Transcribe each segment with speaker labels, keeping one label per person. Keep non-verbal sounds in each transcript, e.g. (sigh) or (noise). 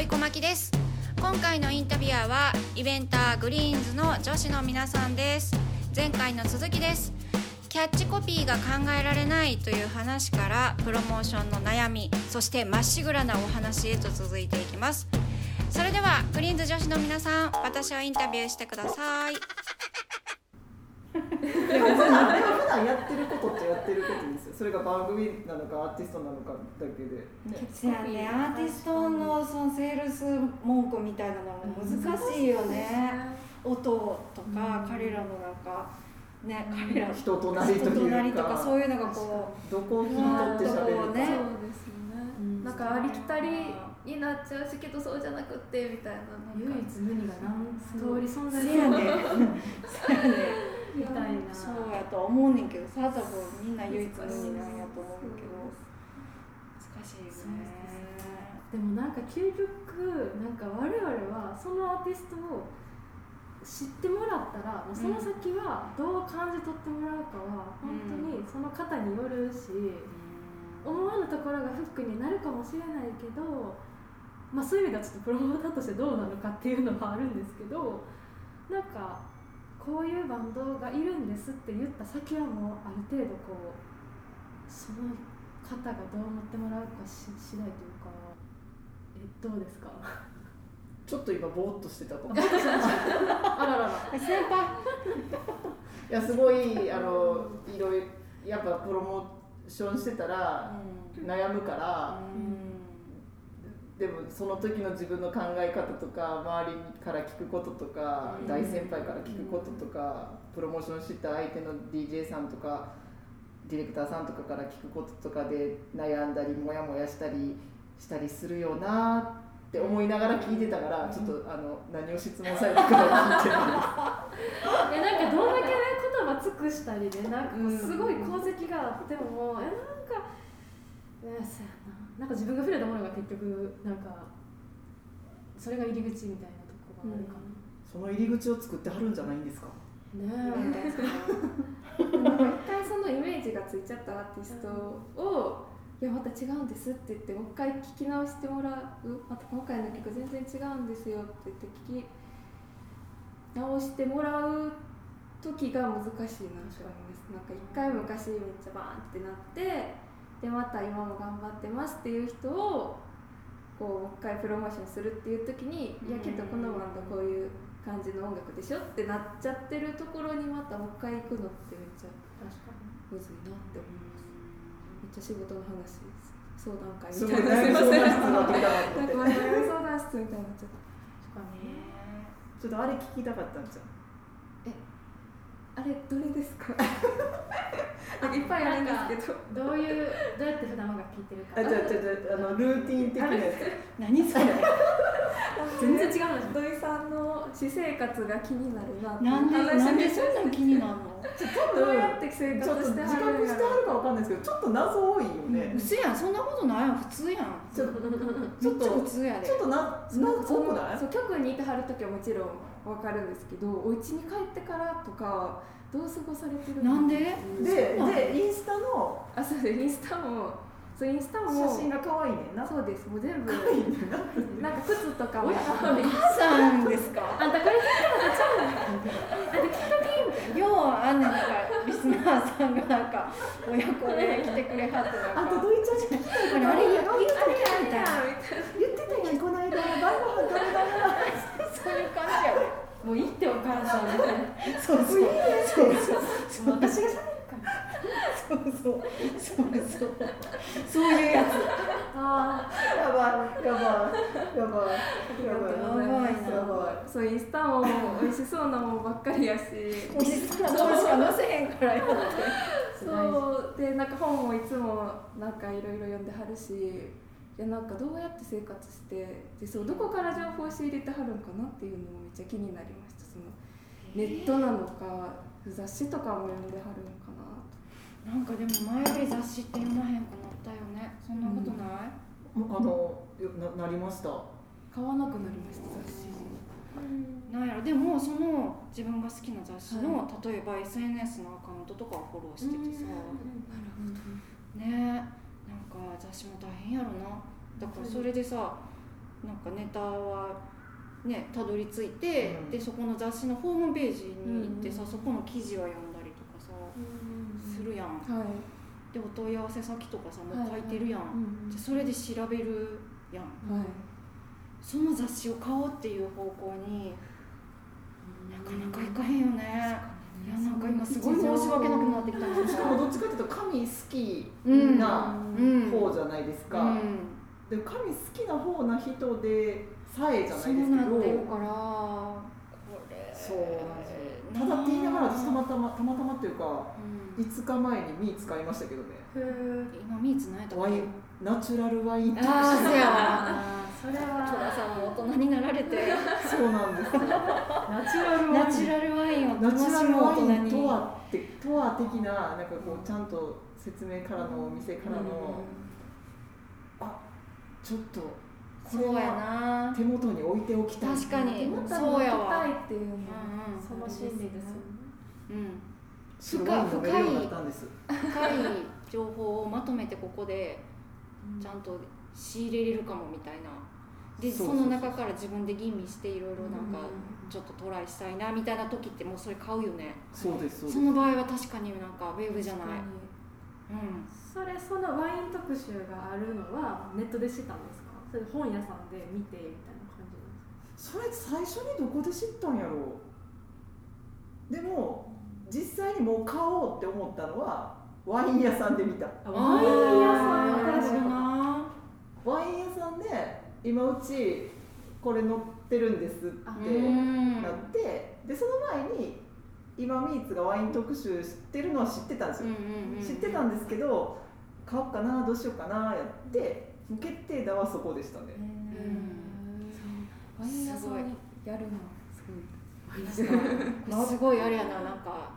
Speaker 1: い小牧です今回のインタビュアーはイベンターグリーンズの女子の皆さんです前回の続きですキャッチコピーが考えられないという話からプロモーションの悩みそしてまっしぐらなお話へと続いていきますそれではグリーンズ女子の皆さん私をインタビューしてくださ
Speaker 2: い
Speaker 1: い
Speaker 2: や別にあれは普段やってることっちゃやってることですよそれが番組なのかアーティストなのかだけで、ね、
Speaker 3: せやねアーティストのそのセールス文句みたいなのも難しいよね音とか彼らのなんかね彼らの
Speaker 2: 人となりと
Speaker 3: 人とな
Speaker 2: いう
Speaker 3: りと
Speaker 2: か
Speaker 3: かそういうのがこ
Speaker 2: どこを切り取って喋る
Speaker 3: う
Speaker 2: か、
Speaker 3: んね
Speaker 4: そうですよね、
Speaker 3: うん
Speaker 4: なんかありきたりになっちゃうしけどそうじゃなくってみたいななん
Speaker 5: 唯
Speaker 4: か
Speaker 5: 一無二が何通り存
Speaker 3: う
Speaker 5: 在
Speaker 3: せ
Speaker 5: する
Speaker 3: や
Speaker 5: み
Speaker 3: ねせやね
Speaker 5: たいな。
Speaker 3: そうやと思うねんけどさ多分みんな唯一無二なんやと思うんだけど難しいよね
Speaker 5: でもなんか究極なんか我々はそのアーティストを知ってもらったらもうその先はどう感じ取ってもらうかは本当にその方によるし、思わぬところがフックになるかもしれないけど、まあ、そういう意味ではちょっとプロモーターとしてどうなのかっていうのはあるんですけどなんかこういうバンドがいるんですって言った先はもうある程度こうその方がどう思ってもらうかし次第というかえどうですか (laughs)
Speaker 2: ちょっと今ぼーっとしてたかもい
Speaker 5: あららら
Speaker 3: え先輩
Speaker 2: やすごいあのいろいろやっぱプロモーションしてたら悩むから、でもその時の自分の考え方とか周りから聞くこととか、
Speaker 3: うん
Speaker 2: 大先輩から聞くこととか、プロモーションした相手の DJ さんとかディレクターさんとかから聞くこととかで悩んだりモヤモヤしたりしたりするよなって思いながら聞いてたから、ちょっとあの何を質問されたかは聞いてない
Speaker 5: いやなんかどんだけね言葉尽くしたりねなんかこうすごい功績があってももうえなんかうんそうやななんか自分が触れたものが結局なんかそれが入り口みたいなとこがあるか
Speaker 2: (laughs) その入り口を作ってはるんじゃないんですか
Speaker 5: な、ねえ
Speaker 4: なんか一回そのイメージがついちゃったアーティストを、いやまた違うんですって言ってもう一回聞き直してもらうまた今回の曲全然違うんですよって言って聞き直してもらう時が難しいなと思いますなんか一回昔めっちゃバーンってなってでまた今も頑張ってますっていう人をこうもう一回プロモーションするっていう時に、いやけどこのバンドこういう感じの音楽でしょってなっちゃってるところにまたもう一回行くのってめっちゃ
Speaker 5: 確かに
Speaker 4: むずいなって思いますめっちゃ仕事の話です相談会
Speaker 2: す
Speaker 4: み
Speaker 2: ごい
Speaker 4: たいな
Speaker 2: 悩み相談室になってきたなと思って
Speaker 4: なんか悩み相談室みたいになっちゃった
Speaker 5: 確かに
Speaker 2: ちょっとあれ聞きたかったんじゃん
Speaker 4: あれどれですかなんかいっぱいあるんですけど
Speaker 5: どういうどうやって普段音楽聴いてるか
Speaker 2: あじゃあじゃあじゃああのルーティン的なやつ
Speaker 3: 何それ
Speaker 5: 全然違うの
Speaker 4: 土井さんの私生活が気になるなって
Speaker 3: なんでなんで
Speaker 4: 話
Speaker 3: そんなん気になるの
Speaker 4: どうやって生
Speaker 2: ちょっと自
Speaker 4: 活してはる
Speaker 2: 覚
Speaker 4: んや
Speaker 2: して
Speaker 4: ろ
Speaker 2: はるかわかんないですけどちょっと謎多いよね、
Speaker 3: 嘘やんそんなことないやん普通やん
Speaker 2: ちょっと
Speaker 3: ち
Speaker 2: ち
Speaker 3: ょ
Speaker 2: ょ
Speaker 3: っ
Speaker 2: っ
Speaker 3: と
Speaker 2: と
Speaker 3: 普通やで
Speaker 2: ちょっとな、な、
Speaker 4: そ
Speaker 2: 多く
Speaker 4: の
Speaker 2: ない
Speaker 4: そう局にいてはる時はもちろんわかるんですけどお家に帰ってからとかどう過ごされてるの
Speaker 3: なんでそ
Speaker 2: で
Speaker 3: うなの、
Speaker 2: で、インスタの
Speaker 4: あそうですインスタもそうインスタも
Speaker 2: 写真が可愛いねんな。
Speaker 4: そうですもう全部
Speaker 2: 可愛いねんな。
Speaker 4: なんか靴とかも
Speaker 3: お
Speaker 4: 可愛い
Speaker 3: 母さんですか
Speaker 5: あんたこれ
Speaker 3: (laughs) ようあんねんなんかリスナーさんがなんか親子で来てくれはって
Speaker 2: あ
Speaker 3: なん
Speaker 2: と、
Speaker 3: か
Speaker 2: ドイちゃんに
Speaker 3: あれあれ言ってたっけみたいな
Speaker 2: 言ってたやん、この間、晩ご飯食べた
Speaker 3: そういう感じやで
Speaker 5: もういいってお母さんみたいな
Speaker 3: そうそうそう
Speaker 5: もう私が喋るから
Speaker 3: そうそうそうそうそういうやつ
Speaker 5: あ
Speaker 2: やばい、やばい、やばい、や
Speaker 3: や
Speaker 2: ばい。
Speaker 3: ばい
Speaker 2: や
Speaker 3: な
Speaker 2: ば
Speaker 4: そうインスタも美味しそうなもんばっかりやし
Speaker 3: おじさんとしか載せへんからよ
Speaker 4: そうでなんか本もいつもなんかいろいろ読んではるしでなんかどうやって生活してでそうどこから情報を仕入れてはるんかなっていうのもめっちゃ気になりましたそのネットなのか雑誌とかも読んではるのかな
Speaker 3: なんかでも前より雑誌って読まへんくなったよねそんなことない、
Speaker 2: い。もうあの、よな、なりました。
Speaker 4: 買わなくなりました雑誌
Speaker 3: なんやろでもその自分が好きな雑誌の、例えば SNS のアカウントとかをフォローしててさ、ねえなんか雑誌も大変やろなだからそれでさ
Speaker 1: なんかネタはねたどり着いて、
Speaker 2: うん
Speaker 1: でそこの雑誌のホームページに行ってさ、
Speaker 5: うん
Speaker 1: そこの記事は読んだりとかさするやん
Speaker 5: はい
Speaker 1: でお問い合わせ先とかさもう書いてるやん、
Speaker 5: うん
Speaker 1: じゃそれで調べるやん
Speaker 5: はい
Speaker 1: その雑誌を買おうっていう方向になかなかいかへんよねいやなんか今すごい申し訳なくなってきたんです
Speaker 2: しかもどっちかっていうと神好
Speaker 1: うん
Speaker 2: きな
Speaker 1: うん
Speaker 2: 方じゃないですか、
Speaker 1: うん
Speaker 2: でも神好きな方な人でさえじゃな
Speaker 1: そう
Speaker 2: いです
Speaker 1: な
Speaker 2: け
Speaker 1: っ
Speaker 2: ど
Speaker 1: てるからこれ
Speaker 2: そうなんですよただって言いながら私たまたまたまたまっていうか
Speaker 1: うん
Speaker 2: 5日前にミー使いましたけどね
Speaker 1: 今ミーツないと
Speaker 2: ワインナチュラルワ
Speaker 1: (laughs)
Speaker 2: インって
Speaker 1: ああせやわ
Speaker 5: それ
Speaker 1: 戸田
Speaker 5: は
Speaker 1: さんも大人になられて
Speaker 2: そうなんですよ
Speaker 5: ナチュラル
Speaker 1: ナ
Speaker 5: ワイ
Speaker 1: チュ
Speaker 5: ン
Speaker 1: ラルワインを
Speaker 2: ナ
Speaker 1: 楽
Speaker 2: チ
Speaker 1: し
Speaker 2: ュラ
Speaker 1: む
Speaker 2: ル
Speaker 1: 大
Speaker 2: ワ
Speaker 1: 人
Speaker 2: イン
Speaker 1: に
Speaker 2: とはってとは的ななんかこうちゃんと説明からのお店からの、ちょっとこれ
Speaker 1: そうや
Speaker 2: は
Speaker 1: な
Speaker 2: 手元に置いておきたい
Speaker 1: 確かに
Speaker 5: 思ったら
Speaker 1: そうや
Speaker 5: 行きた
Speaker 1: わ
Speaker 5: いっていうの
Speaker 1: うんうん
Speaker 5: その心理ですよね
Speaker 1: うん
Speaker 2: 白ワイン飲めるようになったんです
Speaker 1: 深い情報をまとめてここでちゃんと仕入れれるかもみたいなで
Speaker 2: そう
Speaker 1: そ
Speaker 2: そうそう
Speaker 1: の中から自分で吟味していろいろなんかちょっとトライしたいなみたいな時ってもうそれ買うよね
Speaker 2: そうですそうです
Speaker 1: その場合は確かになんかウェブじゃない、
Speaker 5: うん
Speaker 1: うん、
Speaker 5: それそのワイン特集があるのはネットで知ったんですかそれ本屋さんで見てみたいな感じなんですか
Speaker 2: それ最初にどこで知ったんやろうでも実際にもう買おうって思ったのはワイン屋さんで見た
Speaker 5: ワイン屋さん
Speaker 1: あー
Speaker 5: 新しいこと
Speaker 1: な
Speaker 2: ワイン屋さんで今うちこれ乗ってるんですって
Speaker 5: あ
Speaker 1: うーん
Speaker 2: なってでその前に今ミーツがワイン特集してるのは知ってたんです
Speaker 1: う
Speaker 2: よ
Speaker 1: んうんうん
Speaker 2: 知ってたんですけど買おうかなどうしようかなやってもう決定打はそこでしたね
Speaker 1: ワイン屋さんに
Speaker 5: やるの
Speaker 1: すごいあれやななんかあ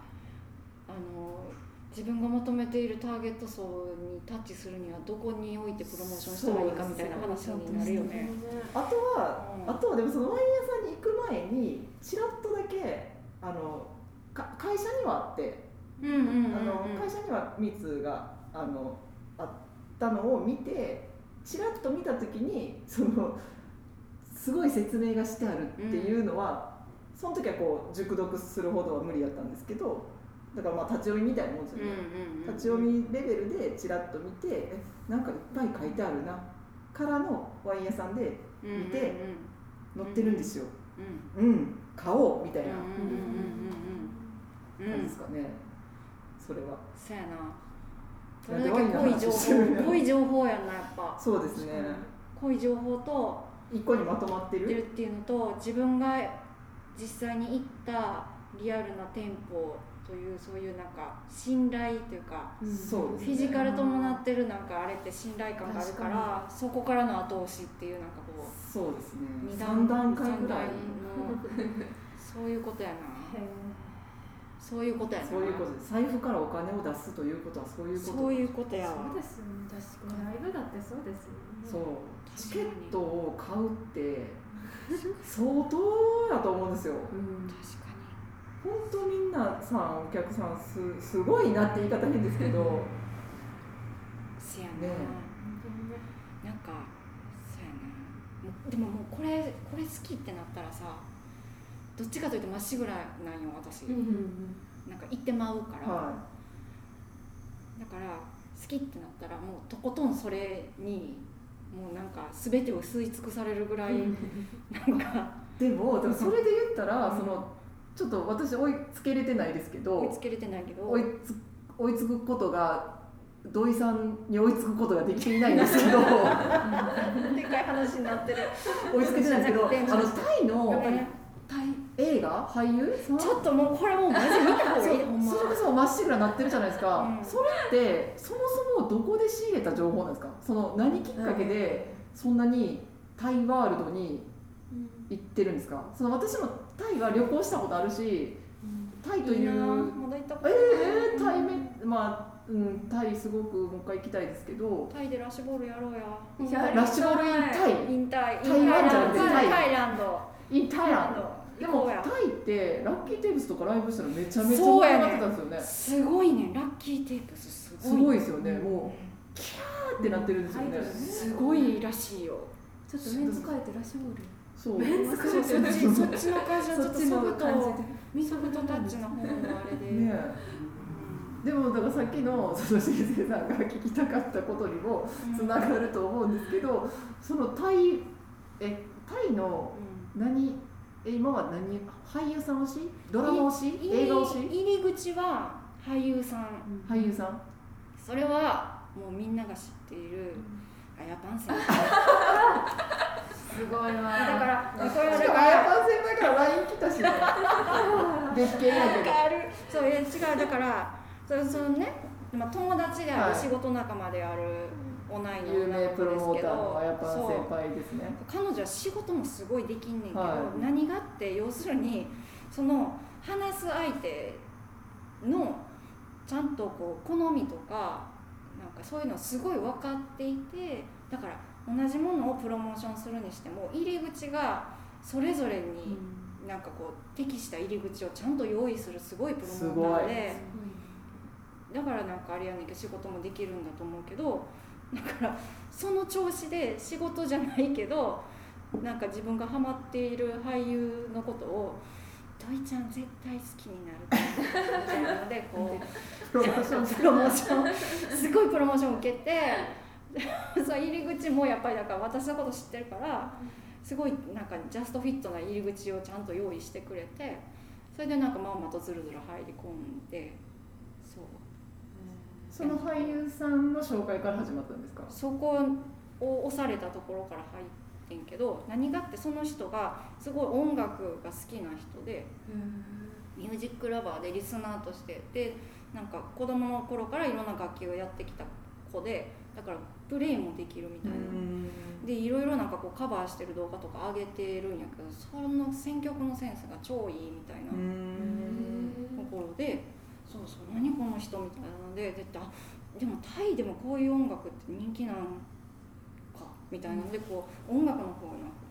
Speaker 1: の自分が求めているターゲット層にタッチするにはどこにおいてプロモーションしたらいいかみたいな話になるよね。
Speaker 2: あとは、
Speaker 1: う
Speaker 2: あ
Speaker 1: ん
Speaker 2: とはでもそのワイン屋さんに行く前にちらっとだけあのか会社にはあって、
Speaker 1: うんうんうんうん
Speaker 2: あの会社にはミツがあのあったのを見てちらっと見た時にそのすごい説明がしてあるっていうのは、その時はこう熟読するほどは無理だったんですけどだからまあ立ち読みみたいなもんですよね。
Speaker 1: うんうんうん
Speaker 2: 立ち読みレベルでちらっと見てえなんかいっぱい書いてあるなからのワイン屋さんで見て載ってるんですよ、
Speaker 1: うんうん
Speaker 2: うん買おうみたい
Speaker 1: うん
Speaker 2: な
Speaker 1: うんうんうん
Speaker 2: 感じ
Speaker 1: うんうんうんうん
Speaker 2: ですかね、それは
Speaker 1: そやな。そ
Speaker 2: な
Speaker 1: れ
Speaker 2: んで
Speaker 1: だ
Speaker 2: ワインの話
Speaker 1: け濃い情
Speaker 2: してるんや
Speaker 1: 報濃い情報やんなやっぱ
Speaker 2: そうですね
Speaker 1: 濃い情報と
Speaker 2: 一個にまとまって
Speaker 1: って
Speaker 2: る
Speaker 1: るっていうのと自分が実際に行ったリアルな店舗というそういうなんか信頼というか
Speaker 2: そう
Speaker 1: フ
Speaker 2: ですね
Speaker 1: ィジカル伴ってるなんかあれって信頼感があるからそこからの後押しっていうなんかこう
Speaker 2: そうですね
Speaker 1: 二
Speaker 2: 3段階ぐらい
Speaker 1: 三段のそういうことやな (laughs) そういうことやな
Speaker 2: そういうことです財布からお金を出すということはそういうこと
Speaker 1: そういうことやわ
Speaker 5: そうですよね確かにライブだってそうですよね
Speaker 2: そうチ
Speaker 1: 確
Speaker 2: ケ
Speaker 1: かに
Speaker 2: ットを買うって
Speaker 1: (laughs)
Speaker 2: 相当やと思うんですよ
Speaker 5: うん
Speaker 1: 確か
Speaker 2: 本当みんなさんお客さんすすごいなって言い方変ですけど
Speaker 1: にせやな、
Speaker 2: ね
Speaker 1: なんかそうやなもうでももうこれこれ好きってなったらさどっちかというとまっしぐらなんよ私、なんか行ってまうから、
Speaker 2: は
Speaker 1: だから好きってなったらもうとことんそれにもうなんか全てを吸い尽くされるぐらいなんか
Speaker 2: いでもでもそれで言ったら、
Speaker 1: うん
Speaker 2: そのちょっと私追いつけれてないですけ
Speaker 1: 追い
Speaker 2: ど
Speaker 1: つけれてないけど
Speaker 2: 追いつ追いつくことが土井さんに追いつくことができていないんです
Speaker 1: (laughs)
Speaker 2: けど
Speaker 1: でかい話になってる
Speaker 2: 追いつけてないんですけどあのタイの
Speaker 1: ね
Speaker 2: 映画俳優さん
Speaker 1: ちょっともうこれもうマジ見た方がいい
Speaker 2: そう
Speaker 1: ほんま
Speaker 2: それこそまっしぐらなってるじゃないですか、
Speaker 1: うん
Speaker 2: それってそもそもどこで仕入れた情報なんですかその何きっかけでそんなにタイワールドに行ってるんですかその私もタイは旅行したことあるしタイと
Speaker 1: いい
Speaker 2: い
Speaker 1: な
Speaker 2: う
Speaker 1: まだ行ったこ
Speaker 2: え
Speaker 1: とな
Speaker 2: えタ
Speaker 1: い
Speaker 2: イめまあ、うん、タイすごくもう一回行きたいですけど
Speaker 1: タイでラッシュボールやろうや
Speaker 5: や
Speaker 2: ラッシュボールインタイ
Speaker 1: 引退
Speaker 2: 台湾じゃなくてタイ
Speaker 1: タイランド
Speaker 2: インタイランドで
Speaker 1: 行こ
Speaker 2: も
Speaker 1: うや
Speaker 2: タイってラッキーテーブスとかライブしたらめちゃめちゃ
Speaker 1: そう
Speaker 2: 盛り
Speaker 1: や
Speaker 2: 上
Speaker 1: ね
Speaker 2: がってたんですよね
Speaker 1: すごいねラッキーテープスす
Speaker 2: す
Speaker 1: ご
Speaker 2: ご
Speaker 1: い
Speaker 2: いですよねもうキャーってなってるんですよね、
Speaker 5: うん
Speaker 1: すごいらしいよ
Speaker 5: ち
Speaker 4: ちょっとメンズ書いてらっしゃる
Speaker 2: そう
Speaker 5: メンズ
Speaker 2: そうそう
Speaker 5: メン
Speaker 2: そう
Speaker 1: そっちの会社ちょっとソフト
Speaker 4: 感じで
Speaker 1: ソフトタッチの方のあれで、
Speaker 2: ねでもだからさっきのそのしげさんが聞きたかったことにも
Speaker 1: うん
Speaker 2: つながると思うんですけどそのタイえタイの
Speaker 1: うん
Speaker 2: 何え今は何俳優さん推しドラマ推し
Speaker 1: 入り
Speaker 2: 映画推し
Speaker 1: 入り口は俳優さん
Speaker 2: 俳優さん
Speaker 1: それはもうみんなが知っている綾やパンセン
Speaker 5: すごいわ
Speaker 1: だからこれは
Speaker 2: し
Speaker 1: だ
Speaker 2: か
Speaker 1: か
Speaker 2: もあや
Speaker 1: ら
Speaker 2: ぱん先輩から LINE 来た
Speaker 1: (laughs)
Speaker 2: しね別件やけど
Speaker 1: あるそういや違うだからそそのね、まあ、友達である、
Speaker 2: はい
Speaker 1: 仕事仲間である同いの
Speaker 2: 有
Speaker 1: 女
Speaker 2: 名
Speaker 1: の子
Speaker 2: プロ
Speaker 1: です
Speaker 2: モー
Speaker 1: けど
Speaker 2: ターのあやぱん
Speaker 1: そう
Speaker 2: 先輩ですね
Speaker 1: 彼女は仕事もすごいできんねんけど、
Speaker 2: は
Speaker 1: 何がって要するにその話す相手のちゃんとこう好みとかなんかそういうのすごい分かっていてだから同じものをプロモーションするにしても入り口がそれぞれになんかこう適した入り口をちゃんと用意するすごいプロモーターで。だからなんかあれやねんけど仕事もできるんだと思うけどだからその調子で仕事じゃないけどなんか自分がハマっている俳優のことを「土井ちゃん絶対好きになると思う」みたいなのでこう
Speaker 2: プロモーション
Speaker 1: プロモーション (laughs) すごいプロモーション受けてそう入り口もやっぱりだから私のこと知ってるからすごいなんかジャストフィットな入り口をちゃんと用意してくれてそれでなんかまんまとずるずる入り込んでそう。
Speaker 2: その俳優さんの紹介から始まったんですか
Speaker 1: そこを押されたところから入ってんけど何がってその人がすごい音楽が好きな人でミュージックラバーでリスナーとしてでなんか子供の頃からいろんな楽器をやってきた子でだからプレイもできるみたいな。でいろいろなんかこうカバーしてる動画とか上げてるんやけどその選曲のセンスが超いいみたいなところでそうそう何この人みたいなので絶対あでもタイでもこういう音楽って人気なんかみたいなのでこう音楽の方なんか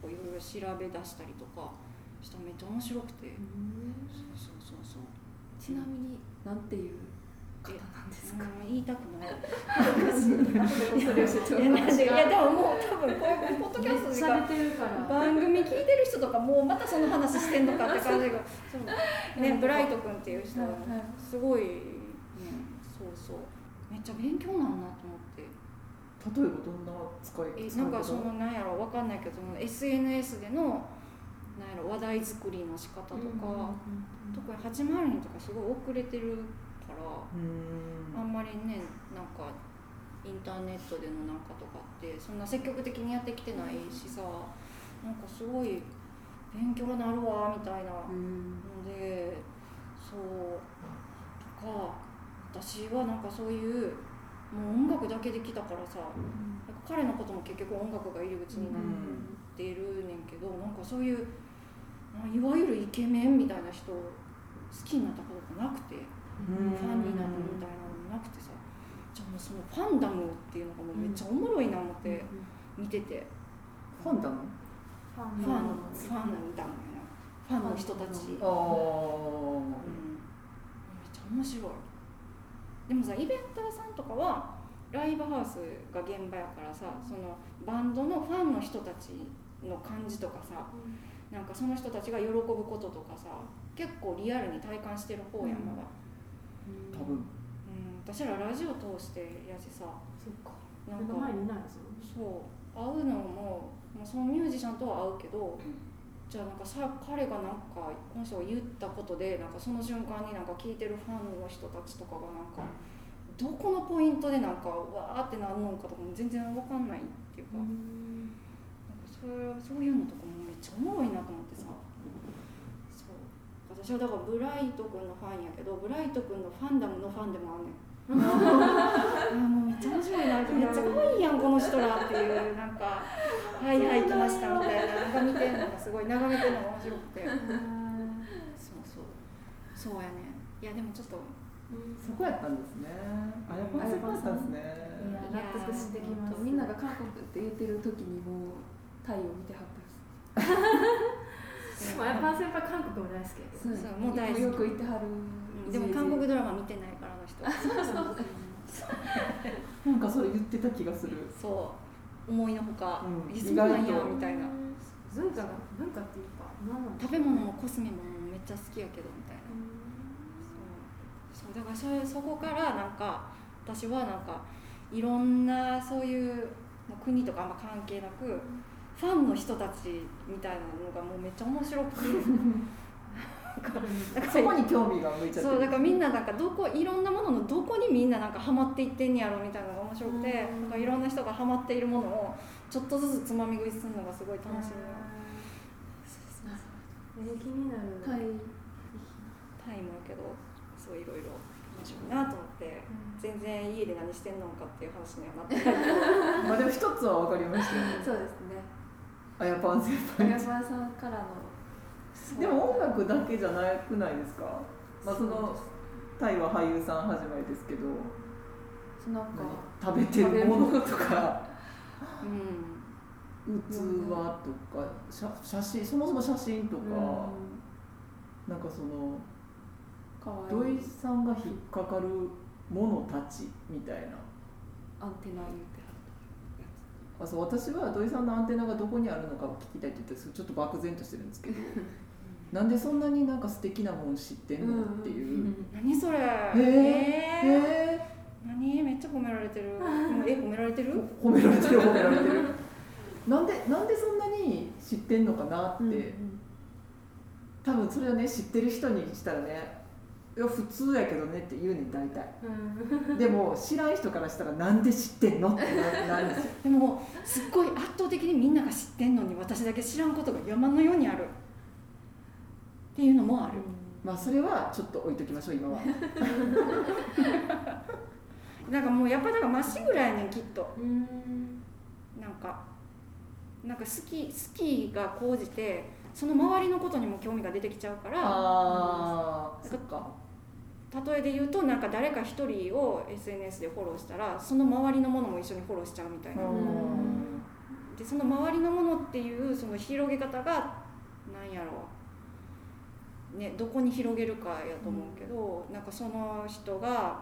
Speaker 1: こういろいろ調べ出したりとかしたらめっちゃ面白くてそうそうそうそう
Speaker 5: ちなみになんていう方なんですか
Speaker 1: うん言いたくない
Speaker 4: それを知って
Speaker 1: いやなんでいやでももう多分こういうポッドキャスト
Speaker 5: めっ
Speaker 1: で
Speaker 5: ちゃ出てるから
Speaker 1: 番組聞いてる人とかもうまたその話してんのかって感じがそうねブライト君っていう人はすごいねそうそうめっちゃ勉強なんなと思って
Speaker 2: 例えばどんな使い
Speaker 1: え
Speaker 2: 使い
Speaker 1: なんか
Speaker 2: 方
Speaker 1: そのなんやろわかんないけどその SNS でのなんやろ話題作りの仕方とか、特に802とかすごい遅れてるから
Speaker 2: う
Speaker 1: あ
Speaker 2: ん
Speaker 1: んまりねなんかインターネットでのなんかとかってそんな積極的にやってきてないしさなんかすごい勉強になるわみたいなのでそうとか私はなんかそういうもう音楽だけで来たからさなんか彼のことも結局音楽が入り口になっているねんけど、なんかそういうまあいわゆるイケメンみたいな人を好きになったことがなくて。
Speaker 2: うん
Speaker 1: ファンになるみたいなのもなくてさじゃあもうそのファンダムっていうのがもうめっちゃおもろいな思って見てて、
Speaker 2: ファンだの
Speaker 1: ファンファンダムやなファンの人たち、うん、めっ
Speaker 2: あ
Speaker 1: ちゃ面白いでもさイベンターさんとかはライブハウスが現場やからさそのバンドのファンの人たちの感じとかさ、なんかその人たちが喜ぶこととかさ結構リアルに体感してる方やんまだ、
Speaker 2: あ多分
Speaker 1: うん、私らラジオ通してやしさ
Speaker 5: そっか
Speaker 1: な
Speaker 5: 目
Speaker 1: ん
Speaker 5: の
Speaker 1: か
Speaker 5: 前にいないですよ
Speaker 1: そう会うのも、まあ、そのミュージシャンとは会うけど、じゃあなんかさ彼がなんかこの人が言ったことでなんかその瞬間になんか聞いてるファンの人たちとかがなんかどこのポイントでなんかわーってなるのかとかも全然わかんないっていうか,、なんかそれそういうのとかもめっちゃおもろいなと思ってさそう私はだからブライト君のファンやけどブライト君のファンダムのファンでもあんねん。 (laughs) あーもうめっちゃ面白いなめっちゃ可愛いやんこの人らっていうなんか「はいはい来ました」みたいななんか見てるのがすごい眺めてるのが面白くてそうそうそうやねいやでもちょっと
Speaker 2: そこやったんですねあやぱん先輩やったんですね
Speaker 5: いや納得してきます
Speaker 4: みんなが韓国って言ってる時にもう太陽見てはったんです
Speaker 5: まあやっぱ先輩韓国も大好きやけど
Speaker 1: そうもう大好き
Speaker 4: よく行ってはる
Speaker 1: うんでも韓国ドラマ見てないからあの
Speaker 2: (laughs)
Speaker 1: 人
Speaker 2: なんかそれ言ってた気がする
Speaker 1: そ思いのほか、
Speaker 2: うん
Speaker 1: えそうなん
Speaker 2: 意
Speaker 1: や
Speaker 2: 外と
Speaker 1: みたいな
Speaker 5: 文化が文化っていうか何なの
Speaker 1: 食べ物もコスメもめっちゃ好きやけどみたいなそうそうだからそれそこからなんか私はなんかいろんなそういうもう国とかあんま関係なくファンの人たちみたいなのがもうめっちゃ面白くてなんか
Speaker 2: そこに興味が向いちゃって
Speaker 1: そうだからみんななんかどこいろんなもののどこにみんななんかハマっていってんやろみたいなのが面白くて
Speaker 5: うん
Speaker 1: なんかいろんな人がハマっているものをちょっとずつつまみ食いするのがすごい楽しみな
Speaker 5: えー気になる、
Speaker 4: はい
Speaker 1: タイもやけどそういろいろ面白いなと思って全然家で何してんのかっていう話にはなってない
Speaker 2: まあでも一つは分かりましたよ (laughs) ね
Speaker 4: そうですね
Speaker 2: あやぱん先
Speaker 4: 親
Speaker 2: 輩
Speaker 4: バさんからの
Speaker 2: でも音楽だけじゃなくないですかまあそのタイは俳優さん始まりですけど
Speaker 4: そのなんか
Speaker 2: 食べてるものとか
Speaker 1: (laughs) うん
Speaker 2: 器とか写写真そもそも写真とか、なんかその
Speaker 4: かわ
Speaker 2: 土井
Speaker 4: いい
Speaker 2: さんが引っかかるものたちみたいな
Speaker 4: アンテナ
Speaker 2: あそう私は土井さんのアンテナがどこにあるのかを聞きたいって言ってそれちょっと漠然としてるんですけどなんでそんなになんか素敵なもん知ってんのっていう、
Speaker 1: 何それ
Speaker 2: へ
Speaker 1: え
Speaker 2: え
Speaker 1: ー
Speaker 2: へえ
Speaker 1: 何めっちゃ褒められてる (laughs) え褒められてる
Speaker 2: 褒められてる褒められてる (laughs) なんでなんでそんなに知ってんのかなって、多分それはね知ってる人にしたらねいや普通やけどねって言うねん大 (laughs) 体でも知らん人からしたらなんで知ってんのってななるんですよ
Speaker 1: でもすっごい圧倒的にみんなが知ってんのに私だけ知らんことが山のようにあるっていうのもある
Speaker 2: まあそれはちょっと置いときましょう今は
Speaker 1: なんかもうやっぱなんかまっしぐらいやねんきっと
Speaker 4: うん
Speaker 1: なんかなんか好き好きが高じてその周りのことにも興味が出てきちゃうから
Speaker 2: (laughs) ああそっか
Speaker 1: 例えで言うとなんか誰か一人を SNS でフォローしたらその周りのものも一緒にフォローしちゃうみたいな
Speaker 2: うん
Speaker 1: でその周りのものっていうその広げ方がなんやろう、ね、どこに広げるかやと思うけど、なんかその人が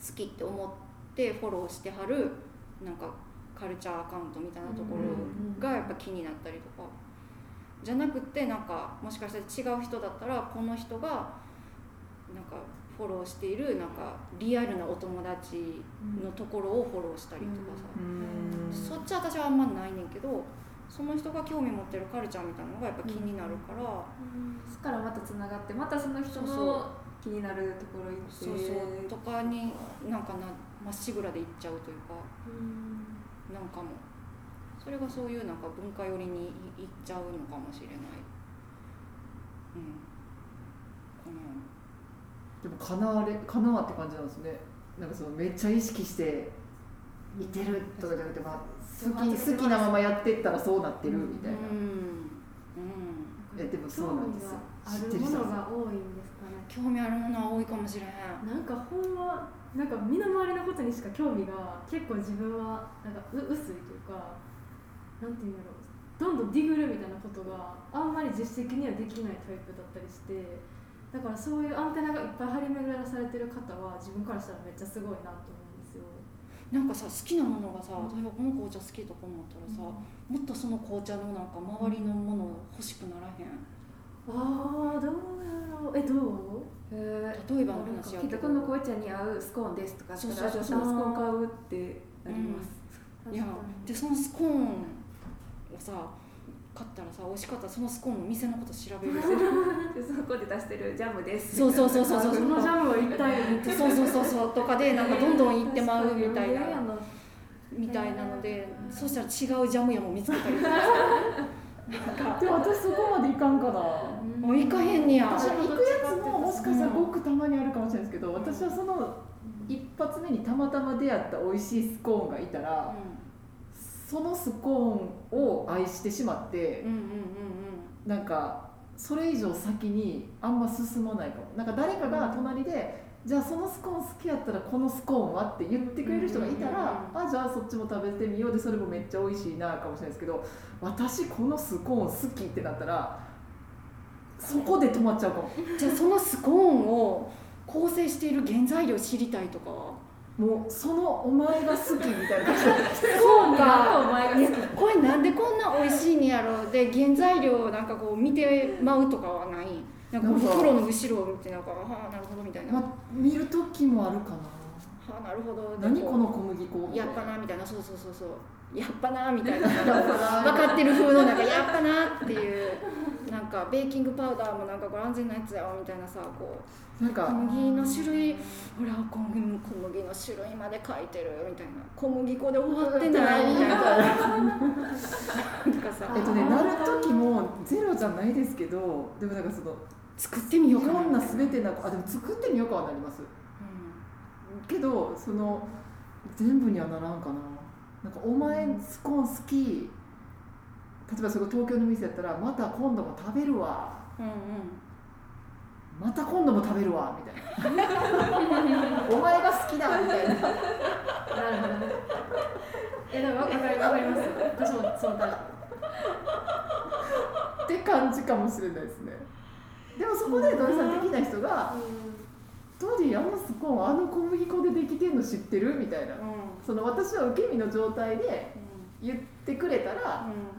Speaker 1: 好きって思ってフォローしてはるなんかカルチャーアカウントみたいなところがやっぱ気になったりとか。じゃなくてなんかもしかしたら違う人だったらこの人がなんかフォローしているなんかリアルなお友達のところをフォローしたりとかさ、
Speaker 2: うん
Speaker 1: そっちは私はあんまないねんけどその人が興味持ってるカルチャーみたいなのがやっぱ気になるから、
Speaker 4: そこからまたつながってまたその人
Speaker 1: そうそう
Speaker 4: の気になるところ行って
Speaker 1: そうそうとかになんかなまっしぐらで行っちゃうというか
Speaker 4: うん
Speaker 1: なんかもそれがそういうなんか文化寄りに行っちゃうのかもしれないうんこの
Speaker 2: でもかなわれかなわって感じなんですねなんかそのめっちゃ意識して似てるとかじゃなくて、まあ、好き好きなままやってったらそうなってるみたいな、
Speaker 1: うんうん
Speaker 2: えでもそうなんですよ
Speaker 5: 興味があるものが多いんですかね
Speaker 1: 興味あるものは多いかもしれへん
Speaker 5: なんかほんまなんか身の回りのことにしか興味が結構自分はなんかう薄いというかなんていうんだろうどんどんディグルみたいなことがあんまり自主的にはできないタイプだったりしてだからそういうアンテナがいっぱい張り巡らされてる方は自分からしたらめっちゃすごいなと思うんですよ。
Speaker 1: なんかさ好きなものがさ
Speaker 5: うん
Speaker 1: 例えばこの紅茶好きとか思ったらさ、もっとその紅茶のなんか周りのもの欲しくならへん
Speaker 5: ああどうやろうえどう
Speaker 4: へえ
Speaker 1: 例えばの話や
Speaker 4: き
Speaker 1: け
Speaker 4: っとこ
Speaker 1: ど
Speaker 4: の紅茶に合うスコーンですとか
Speaker 1: そうそう
Speaker 4: だったら
Speaker 1: そう
Speaker 4: あじゃあスコーン買うってなります、
Speaker 1: いやでそのスコーンをさ買ったらさ美味しかったらそのスコーンの店のこと調べ
Speaker 5: (laughs)
Speaker 1: る (laughs)
Speaker 4: でそこで出してるジャムです
Speaker 1: そうそうそうそうそう
Speaker 5: そのジャムを一体
Speaker 1: でそうそうそうそうとかでなんかどんどん行ってまうみたいな
Speaker 4: 確かに嫌やな
Speaker 1: みたいなのでそうしたら違うジャム屋も見つけたりとか
Speaker 2: (laughs)
Speaker 1: なんか
Speaker 2: でも私そこまでいかんかな
Speaker 1: もう行かへんねや
Speaker 2: 私行くやつももしかしたらごくたまにあるかもしれないですけど私はその一発目にたまたま出会った美味しいスコーンがいたらそのスコーンを愛してしまって
Speaker 1: うんうんうん
Speaker 2: なんかそれ以上先にあんま進まないかもなんか誰かが隣で、じゃあそのスコーン好きやったらこのスコーンはって言ってくれる人がいたら、あじゃあそっちも食べてみようでそれもめっちゃ美味しいなかもしれないですけど私このスコーン好きってなったらそこで止まっちゃうかも
Speaker 1: うんうんじゃあそのスコーンを構成している原材料知りたいとかは (laughs)
Speaker 2: もうそのお前が好きみたいな
Speaker 1: そう
Speaker 4: なんかお前
Speaker 1: やろうで原材料をなんかこう見てまうとかはないなんかこう
Speaker 2: なんか
Speaker 1: 袋の後ろを見てなんかはあなるほどみたいな、は
Speaker 2: ま、見る時もあるか
Speaker 1: あなるほど
Speaker 2: な何こ
Speaker 1: の
Speaker 2: の小麦粉
Speaker 1: やっぱなみたいなそうそうそうそうやっぱなみたいな分
Speaker 2: な
Speaker 1: かってる風のなんかやっぱなっていうなんかベーキングパウダーもなんかこれ安全なやつだよみたいなさこう
Speaker 2: なん
Speaker 1: 小
Speaker 2: か
Speaker 1: 麦の種類ほら小麦小麦の種類まで書いてるみたいな小麦粉で終わってないみたいななんかさ
Speaker 2: えっとねなる時もゼロじゃないですけどでもなんかその
Speaker 1: 作ってみ
Speaker 2: い
Speaker 1: ようかな
Speaker 2: ろん
Speaker 1: み
Speaker 2: な
Speaker 1: たいな、
Speaker 2: 全てなんかあでも作ってみようかはなりますけどその全部にはならんかななんかお前スコーン好き例えばそこ東京の店やったらまた今度も食べるわ
Speaker 1: うん、うん
Speaker 2: また今度も食べるわみた
Speaker 1: (laughs)
Speaker 2: いなお前が好きだみたいな
Speaker 5: なるほどね。え、でも、わかる、わかります。私も、そのタイ
Speaker 2: って感じかもしれないですねでもそこで土井さん的な人が「当時あのスコーンあの小麦粉でできてんの知ってる?」みたいな
Speaker 1: うん
Speaker 2: その私は受け身の状態で言ってくれたら
Speaker 1: うん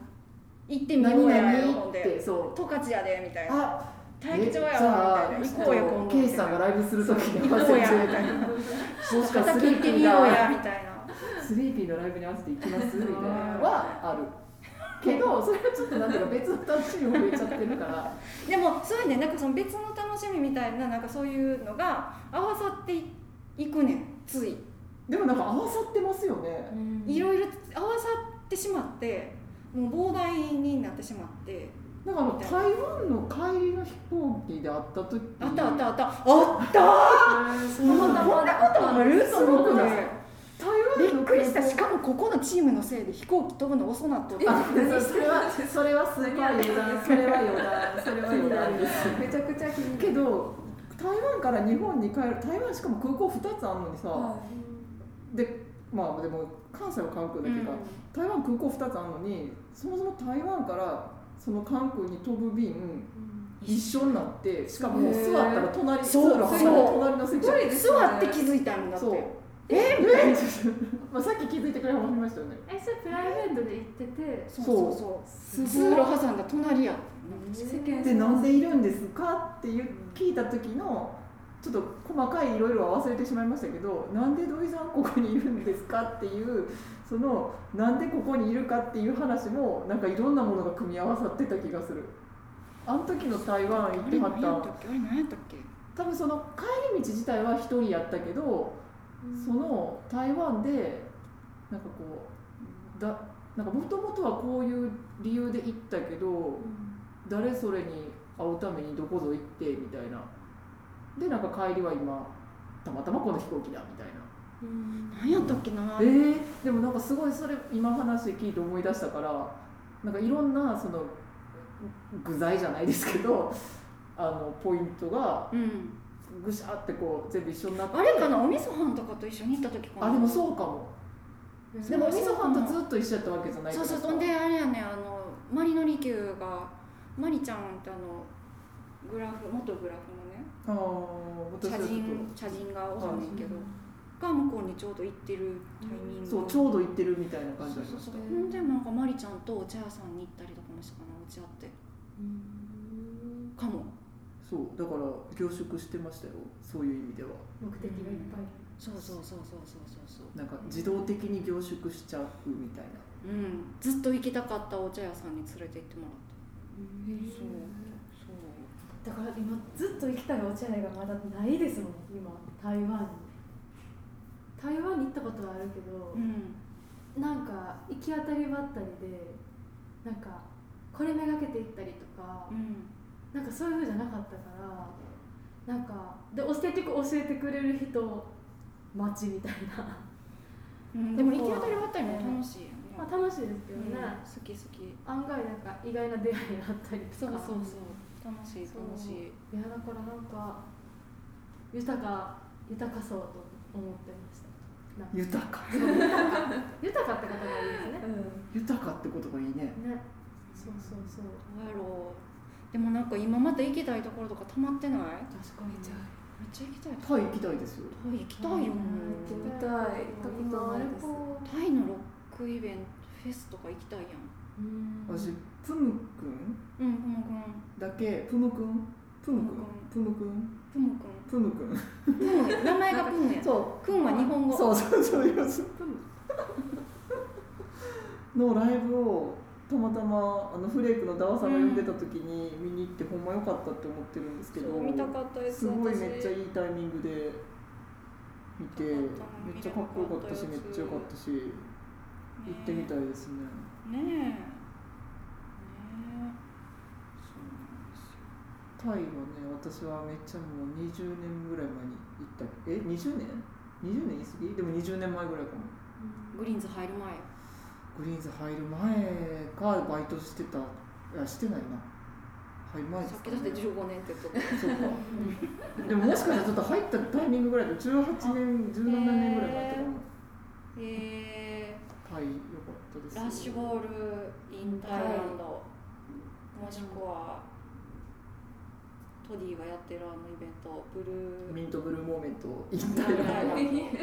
Speaker 1: 行っ
Speaker 2: 「
Speaker 1: てみよ
Speaker 2: 何
Speaker 1: うや
Speaker 2: 々」
Speaker 1: ほん
Speaker 2: って
Speaker 1: で
Speaker 2: そう
Speaker 1: 十勝やでみたいな
Speaker 2: あ
Speaker 1: 大吉町
Speaker 2: え
Speaker 1: や
Speaker 2: じゃ
Speaker 1: わ
Speaker 2: あ
Speaker 1: みたいな行こうよ今度
Speaker 2: ケイシさんがライブするときに合
Speaker 1: 行
Speaker 2: わ
Speaker 1: こ
Speaker 2: せ
Speaker 1: うや
Speaker 2: て
Speaker 1: みたいな
Speaker 2: もしかス
Speaker 1: 畑
Speaker 2: リー
Speaker 1: 行っ
Speaker 2: ピ
Speaker 1: てみ
Speaker 2: ー
Speaker 1: ようや
Speaker 2: が
Speaker 1: みたいな
Speaker 2: スリーピーのライブに合わせて行きますみたいなのはあるけどそれはちょっとなんていうか別の楽しみも増えちゃってるから
Speaker 1: でもそうやねなんかその別の楽しみみたいななんかそういうのが合わさっていくねんつい
Speaker 2: でもなんか合わさってますよね
Speaker 1: いろいろ合わさってしまってもう膨大になってしまって
Speaker 2: なんかあの台湾の帰りの飛行機で会った時
Speaker 1: あったあったあったあった
Speaker 2: そんなこんなことあるすごくない台
Speaker 1: びっ
Speaker 2: 湾の
Speaker 1: くりしたしかもここのチームのせいで飛行機飛ぶの遅なっとった
Speaker 2: あそれはそれはスーパー余談それは余談それは余談です
Speaker 4: めちゃくちゃ気になる
Speaker 2: けど台湾から日本に帰る台湾しかも空港2つあるのにさ、でまあでも関西は関空だけど、台湾空港2つあるのにそもそも台湾からその関空に飛ぶ便一緒になってしかも座ったら隣
Speaker 1: そう
Speaker 2: 通路離れて
Speaker 1: そう
Speaker 2: 隣の席
Speaker 4: いですね
Speaker 1: 座って気づいたんだって
Speaker 2: そうええ (laughs) まあさっき気づいてくれはりましたよね
Speaker 5: え、それプライベートで行ってて。
Speaker 1: そうそうそう通路挟んだ隣や
Speaker 4: 世間
Speaker 2: でなんでいるんですかっていう聞いた時のちょっと細かいいろいろは忘れてしまいましたけどなんで土井さんここにいるんですかっていうそのなんでここにいるかっていう話もなんかいろんなものが組み合わさってた気がするあの時の台湾行
Speaker 1: あ
Speaker 2: って
Speaker 1: れ
Speaker 2: は
Speaker 1: 何や
Speaker 2: っ
Speaker 1: っ
Speaker 2: た
Speaker 1: っけあれ何やったっけ
Speaker 2: た多分その帰り道自体は一人やったけどその台湾でなんかこうだなんかもともとはこういう理由で行ったけど誰それに会うためにどこぞ行ってみたいなでなんか帰りは今たまたまこの飛行機だみたいな、
Speaker 1: 何やったっけな
Speaker 2: えーでもなんかすごいそれ今話聞いて思い出したからなんかいろんなその具材じゃないですけどあのポイントが
Speaker 1: うん
Speaker 2: ぐしゃってこう全部一緒になって
Speaker 1: あれかなおみそ飯とかと一緒に行った時かな
Speaker 2: あでもそうかもでもおみそ飯とずっと一緒やったわけじゃない
Speaker 1: そうそうそんであれやねあのマリノリキューがマリちゃんってあのグラフ元グラフのね
Speaker 2: ああ私
Speaker 1: 茶
Speaker 2: はちょっ
Speaker 1: 人茶人がおるんだけどが向こうにちょうど行ってるタイミン
Speaker 2: とそ
Speaker 1: グ
Speaker 2: うちょうど行ってるみたいな
Speaker 1: そ
Speaker 2: 感
Speaker 1: う
Speaker 2: じ
Speaker 1: そ
Speaker 2: だ
Speaker 1: う
Speaker 2: った
Speaker 1: そうほんでなんかマリちゃんとお茶屋さんに行ったりとかもしたかなお茶ってかも
Speaker 2: そうだから凝縮してましたよそういう意味では
Speaker 5: 目的がいっぱい。
Speaker 1: そうそうそうそうそうそうそう
Speaker 2: なんか自動的に凝縮しちゃうみたいな
Speaker 1: うんずっと行きたかったお茶屋さんに連れて行ってもらったそうそう
Speaker 5: だから今ずっと行きたいお茶屋がまだないですもん今台湾に台湾に行ったことはあるけど、
Speaker 1: うん
Speaker 5: なんか行き当たりばったりでなんかこれめがけて行ったりとか、
Speaker 1: うん
Speaker 5: なんかそういうふうじゃなかったからなんかで教えてく教えてくれる人待ちみたいな、
Speaker 1: うんでも行き当たりばったりも楽しいよね
Speaker 5: まあ、楽しいですけど
Speaker 1: うん
Speaker 5: ね、
Speaker 1: 好き好き
Speaker 5: 案外なんか意外な出会いがあったりとか
Speaker 1: そう楽しい
Speaker 5: そう
Speaker 1: 楽しい
Speaker 5: いやだからなんか豊か豊かそうと思ってま
Speaker 1: (laughs)
Speaker 5: したなんか
Speaker 2: 豊か
Speaker 5: 豊かってことがいいです
Speaker 2: 豊かってことがいいね
Speaker 5: ねねそうそうそう
Speaker 1: どうやろうでもなんか今また行きたいところとかたまってないめっ
Speaker 5: 確かに
Speaker 4: めちゃ
Speaker 1: ちゃ行きたい
Speaker 2: タイ行きたいですよ
Speaker 1: タイ行きたいよね
Speaker 4: 行ってみたい行ったことないです
Speaker 5: 今あれこう
Speaker 1: タイのロックイベントフェスとか行きたいやん
Speaker 2: 私プムくん
Speaker 1: うんふむくん
Speaker 2: だけプムくんプムくんプムくん
Speaker 1: ふむくん
Speaker 2: プムくん
Speaker 1: プン (laughs) 名前がプンや
Speaker 2: そ
Speaker 1: くんは日本
Speaker 2: う
Speaker 1: 語
Speaker 2: そうそうそういうやつ (laughs) のライブをたまたまあのフレークのダワさんが呼んでた時に見に行ってほんま良かったって思ってるんですけど
Speaker 1: そう見たかったです
Speaker 2: すごい
Speaker 1: 私
Speaker 2: めっちゃいいタイミングで見てめ
Speaker 1: 見たか
Speaker 2: っちゃかっ
Speaker 1: ったの
Speaker 2: こよかったし
Speaker 1: 見
Speaker 2: め
Speaker 1: れ
Speaker 2: っ
Speaker 1: なかったやつ
Speaker 2: ちゃ良かったし行ってみたいですね
Speaker 1: ねえねえそうなんですよ
Speaker 2: タイはね私はめっちゃもう20年ぐらい前に行ったえ20年 ?20 年言い過ぎでも20年前ぐらいかも
Speaker 1: グリーンズ入る前
Speaker 2: グリーンズ入る前かバイトしてたいやしてないな入る前です
Speaker 1: さっ
Speaker 2: か
Speaker 1: き
Speaker 2: ね
Speaker 1: だって15年って言っとった
Speaker 2: そうか (laughs) でももしかしたらちょっと入ったタイミングぐらいで18年17年ぐらいだったかな
Speaker 1: え
Speaker 2: タイ良かったです
Speaker 1: ー、ラッシュボールインタイランドもしくはトディがやってるあのイベントブルー
Speaker 2: ミントブルーモーメント行っ
Speaker 1: インタイラ
Speaker 2: た
Speaker 1: ンド
Speaker 2: り
Speaker 1: (laughs)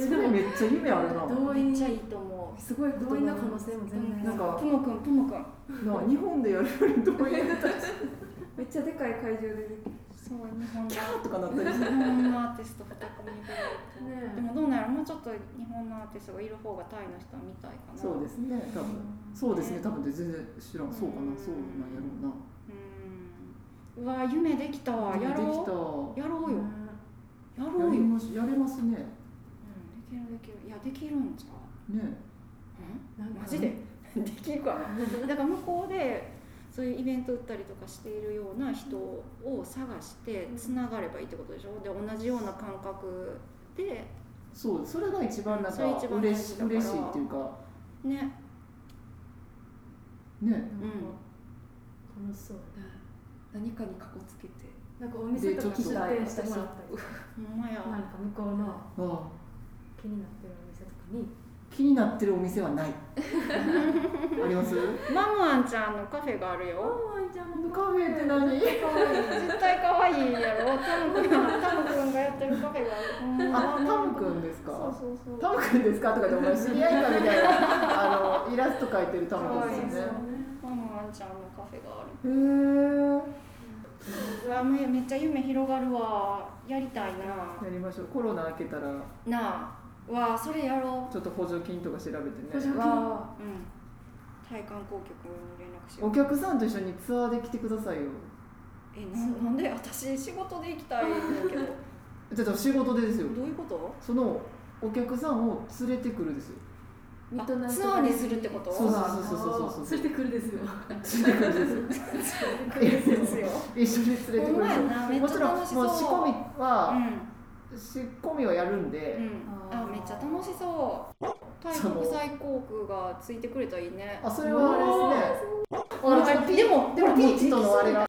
Speaker 2: えでもめっちゃ夢あるな
Speaker 5: 動
Speaker 1: め
Speaker 5: 員
Speaker 1: っちゃいいと思
Speaker 5: すごい動員の可能性も全然
Speaker 1: う
Speaker 2: なんか
Speaker 1: プモくんプモくん
Speaker 2: な日本でやるよりどう (laughs) いうタイ
Speaker 4: めっちゃでかい会場で見て
Speaker 1: そう日本 (laughs) の
Speaker 2: プとかなったりし
Speaker 1: 日本のアーティスト2組ぐらいと
Speaker 5: ねえ
Speaker 1: でもどうなるもうちょっと日本のアーティストがいる方がタイの人は見たいかな
Speaker 2: そうですすね多分そうですね多分で全然知らんそうかなそうなんやろうな
Speaker 1: うんうわ夢できたわや
Speaker 2: で
Speaker 1: ろうやろうよやろう
Speaker 2: きたや
Speaker 1: よ、う
Speaker 2: り
Speaker 1: ん、で
Speaker 2: ますやれますね
Speaker 1: きるできるいやできるんちゃう
Speaker 2: ね
Speaker 5: なんか
Speaker 1: マジでできるかな (laughs) だから向こうでそういうイベント打ったりとかしているような人を探してつながればいいってことでしょで同じような感覚で
Speaker 2: そうそれが一番なん
Speaker 1: それ
Speaker 2: か
Speaker 1: 一番
Speaker 2: 嬉し
Speaker 1: 大事だから
Speaker 2: 嬉しいっていうか
Speaker 1: ね
Speaker 2: ね
Speaker 5: なんか楽しそう
Speaker 4: 何かにかこつけて
Speaker 5: なんかお店とか
Speaker 2: で
Speaker 5: 出
Speaker 2: ちょっと
Speaker 5: 店してもらったり
Speaker 1: ほんまや
Speaker 5: なんか向こうの
Speaker 2: ああ
Speaker 5: 気になってるお店とかに
Speaker 2: 気になってるお店はない
Speaker 1: (laughs)
Speaker 2: あります
Speaker 1: マムアンちゃんのカフェがある
Speaker 5: あ
Speaker 1: よ
Speaker 5: ワンちゃんの
Speaker 2: カフェって何
Speaker 1: 絶対可愛いやろタム君タム君がやってるカフェがあるほんま
Speaker 2: あ、タムくんです
Speaker 1: そう
Speaker 2: か
Speaker 1: そうそう
Speaker 2: タムくんですかとかでお前知り合いかみたいなあのイラスト描いてるタムくんですよね
Speaker 1: マムアンちゃんのカフェがある
Speaker 2: へー
Speaker 1: うわめめっちゃ夢広がるわやりたいな
Speaker 2: やりましょうコロナ明けたら
Speaker 1: なあわあそれやろ
Speaker 2: ちょっと補助金とか調べ
Speaker 5: 補
Speaker 2: て
Speaker 5: 助
Speaker 2: ね
Speaker 5: 金
Speaker 1: うわあうんタイ観光局に連絡しよ
Speaker 2: お
Speaker 1: う
Speaker 2: 客さんと一緒にツアーで来てくださいよ
Speaker 1: えななんで私仕事で行きたいんだけど
Speaker 2: ちょっと仕事でですよ
Speaker 1: どういうこと
Speaker 2: そのお客さんを連れてくるですよ
Speaker 1: あツアーにするってこと
Speaker 2: そうそうそうそうそうそう
Speaker 5: 連れてくるですよ
Speaker 2: 連れてくるです
Speaker 1: ですよ
Speaker 2: 一緒に連れてくる
Speaker 1: ほんまやなめっちゃ
Speaker 2: もちろんも
Speaker 1: 楽
Speaker 2: う
Speaker 1: し
Speaker 2: 仕
Speaker 1: そう
Speaker 2: 込み
Speaker 1: う
Speaker 2: は、
Speaker 1: ん
Speaker 2: 仕込みをやるんで、
Speaker 1: うん、
Speaker 5: あ
Speaker 1: あ
Speaker 5: ー
Speaker 1: めっちゃ楽しそうタイ国際航空がついてくれたらいいね
Speaker 2: あそれはあれですねあれ
Speaker 1: でも
Speaker 2: でもピーチとのあれがよ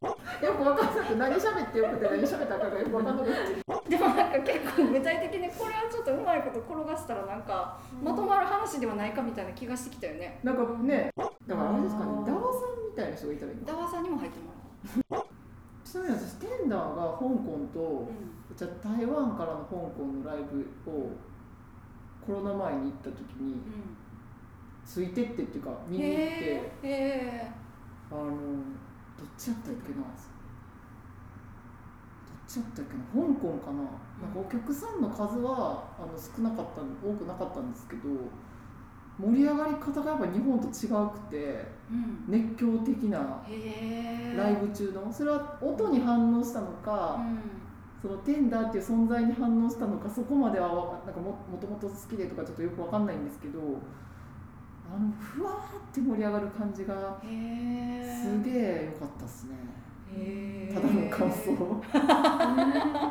Speaker 2: く分かんなくて何喋ってよくて何喋ったかがよく分かんなくて
Speaker 1: でもなんか結構具体的にこれはちょっとうまいこと転がしたらなんかまとまる話ではないかみたいな気がしてきたよね
Speaker 2: なんかねだからあれですかね
Speaker 5: あー
Speaker 2: ダワさんみたいな人がいたらいいの
Speaker 1: ダワさんにも入ってもらお
Speaker 2: ちなみに私テンダーが香港と
Speaker 1: う、
Speaker 2: じゃあ台湾からの香港のライブをコロナ前に行った時に
Speaker 1: う
Speaker 2: ついてってっていうか見
Speaker 1: んうん、
Speaker 2: に行っ
Speaker 1: へ
Speaker 2: て
Speaker 1: えへ
Speaker 2: あのどっちやったっけなどっちやったっけな香港かな,、なんかお客さんの数はあの少なかった多くなかったんですけど盛り上がり方がやっぱ日本と違くて
Speaker 1: えうん
Speaker 2: 熱狂的な
Speaker 1: へえ
Speaker 2: ライブ中のそれは音に反応したのか、
Speaker 1: うん
Speaker 2: そのテンダーっていう存在に反応したのかそこまではわなんかももともと好きでとかちょっとよくわかんないんですけどあのふわーって盛り上がる感じが
Speaker 1: へえ
Speaker 2: すげえ良かったっすね
Speaker 1: へえ
Speaker 2: ただの感想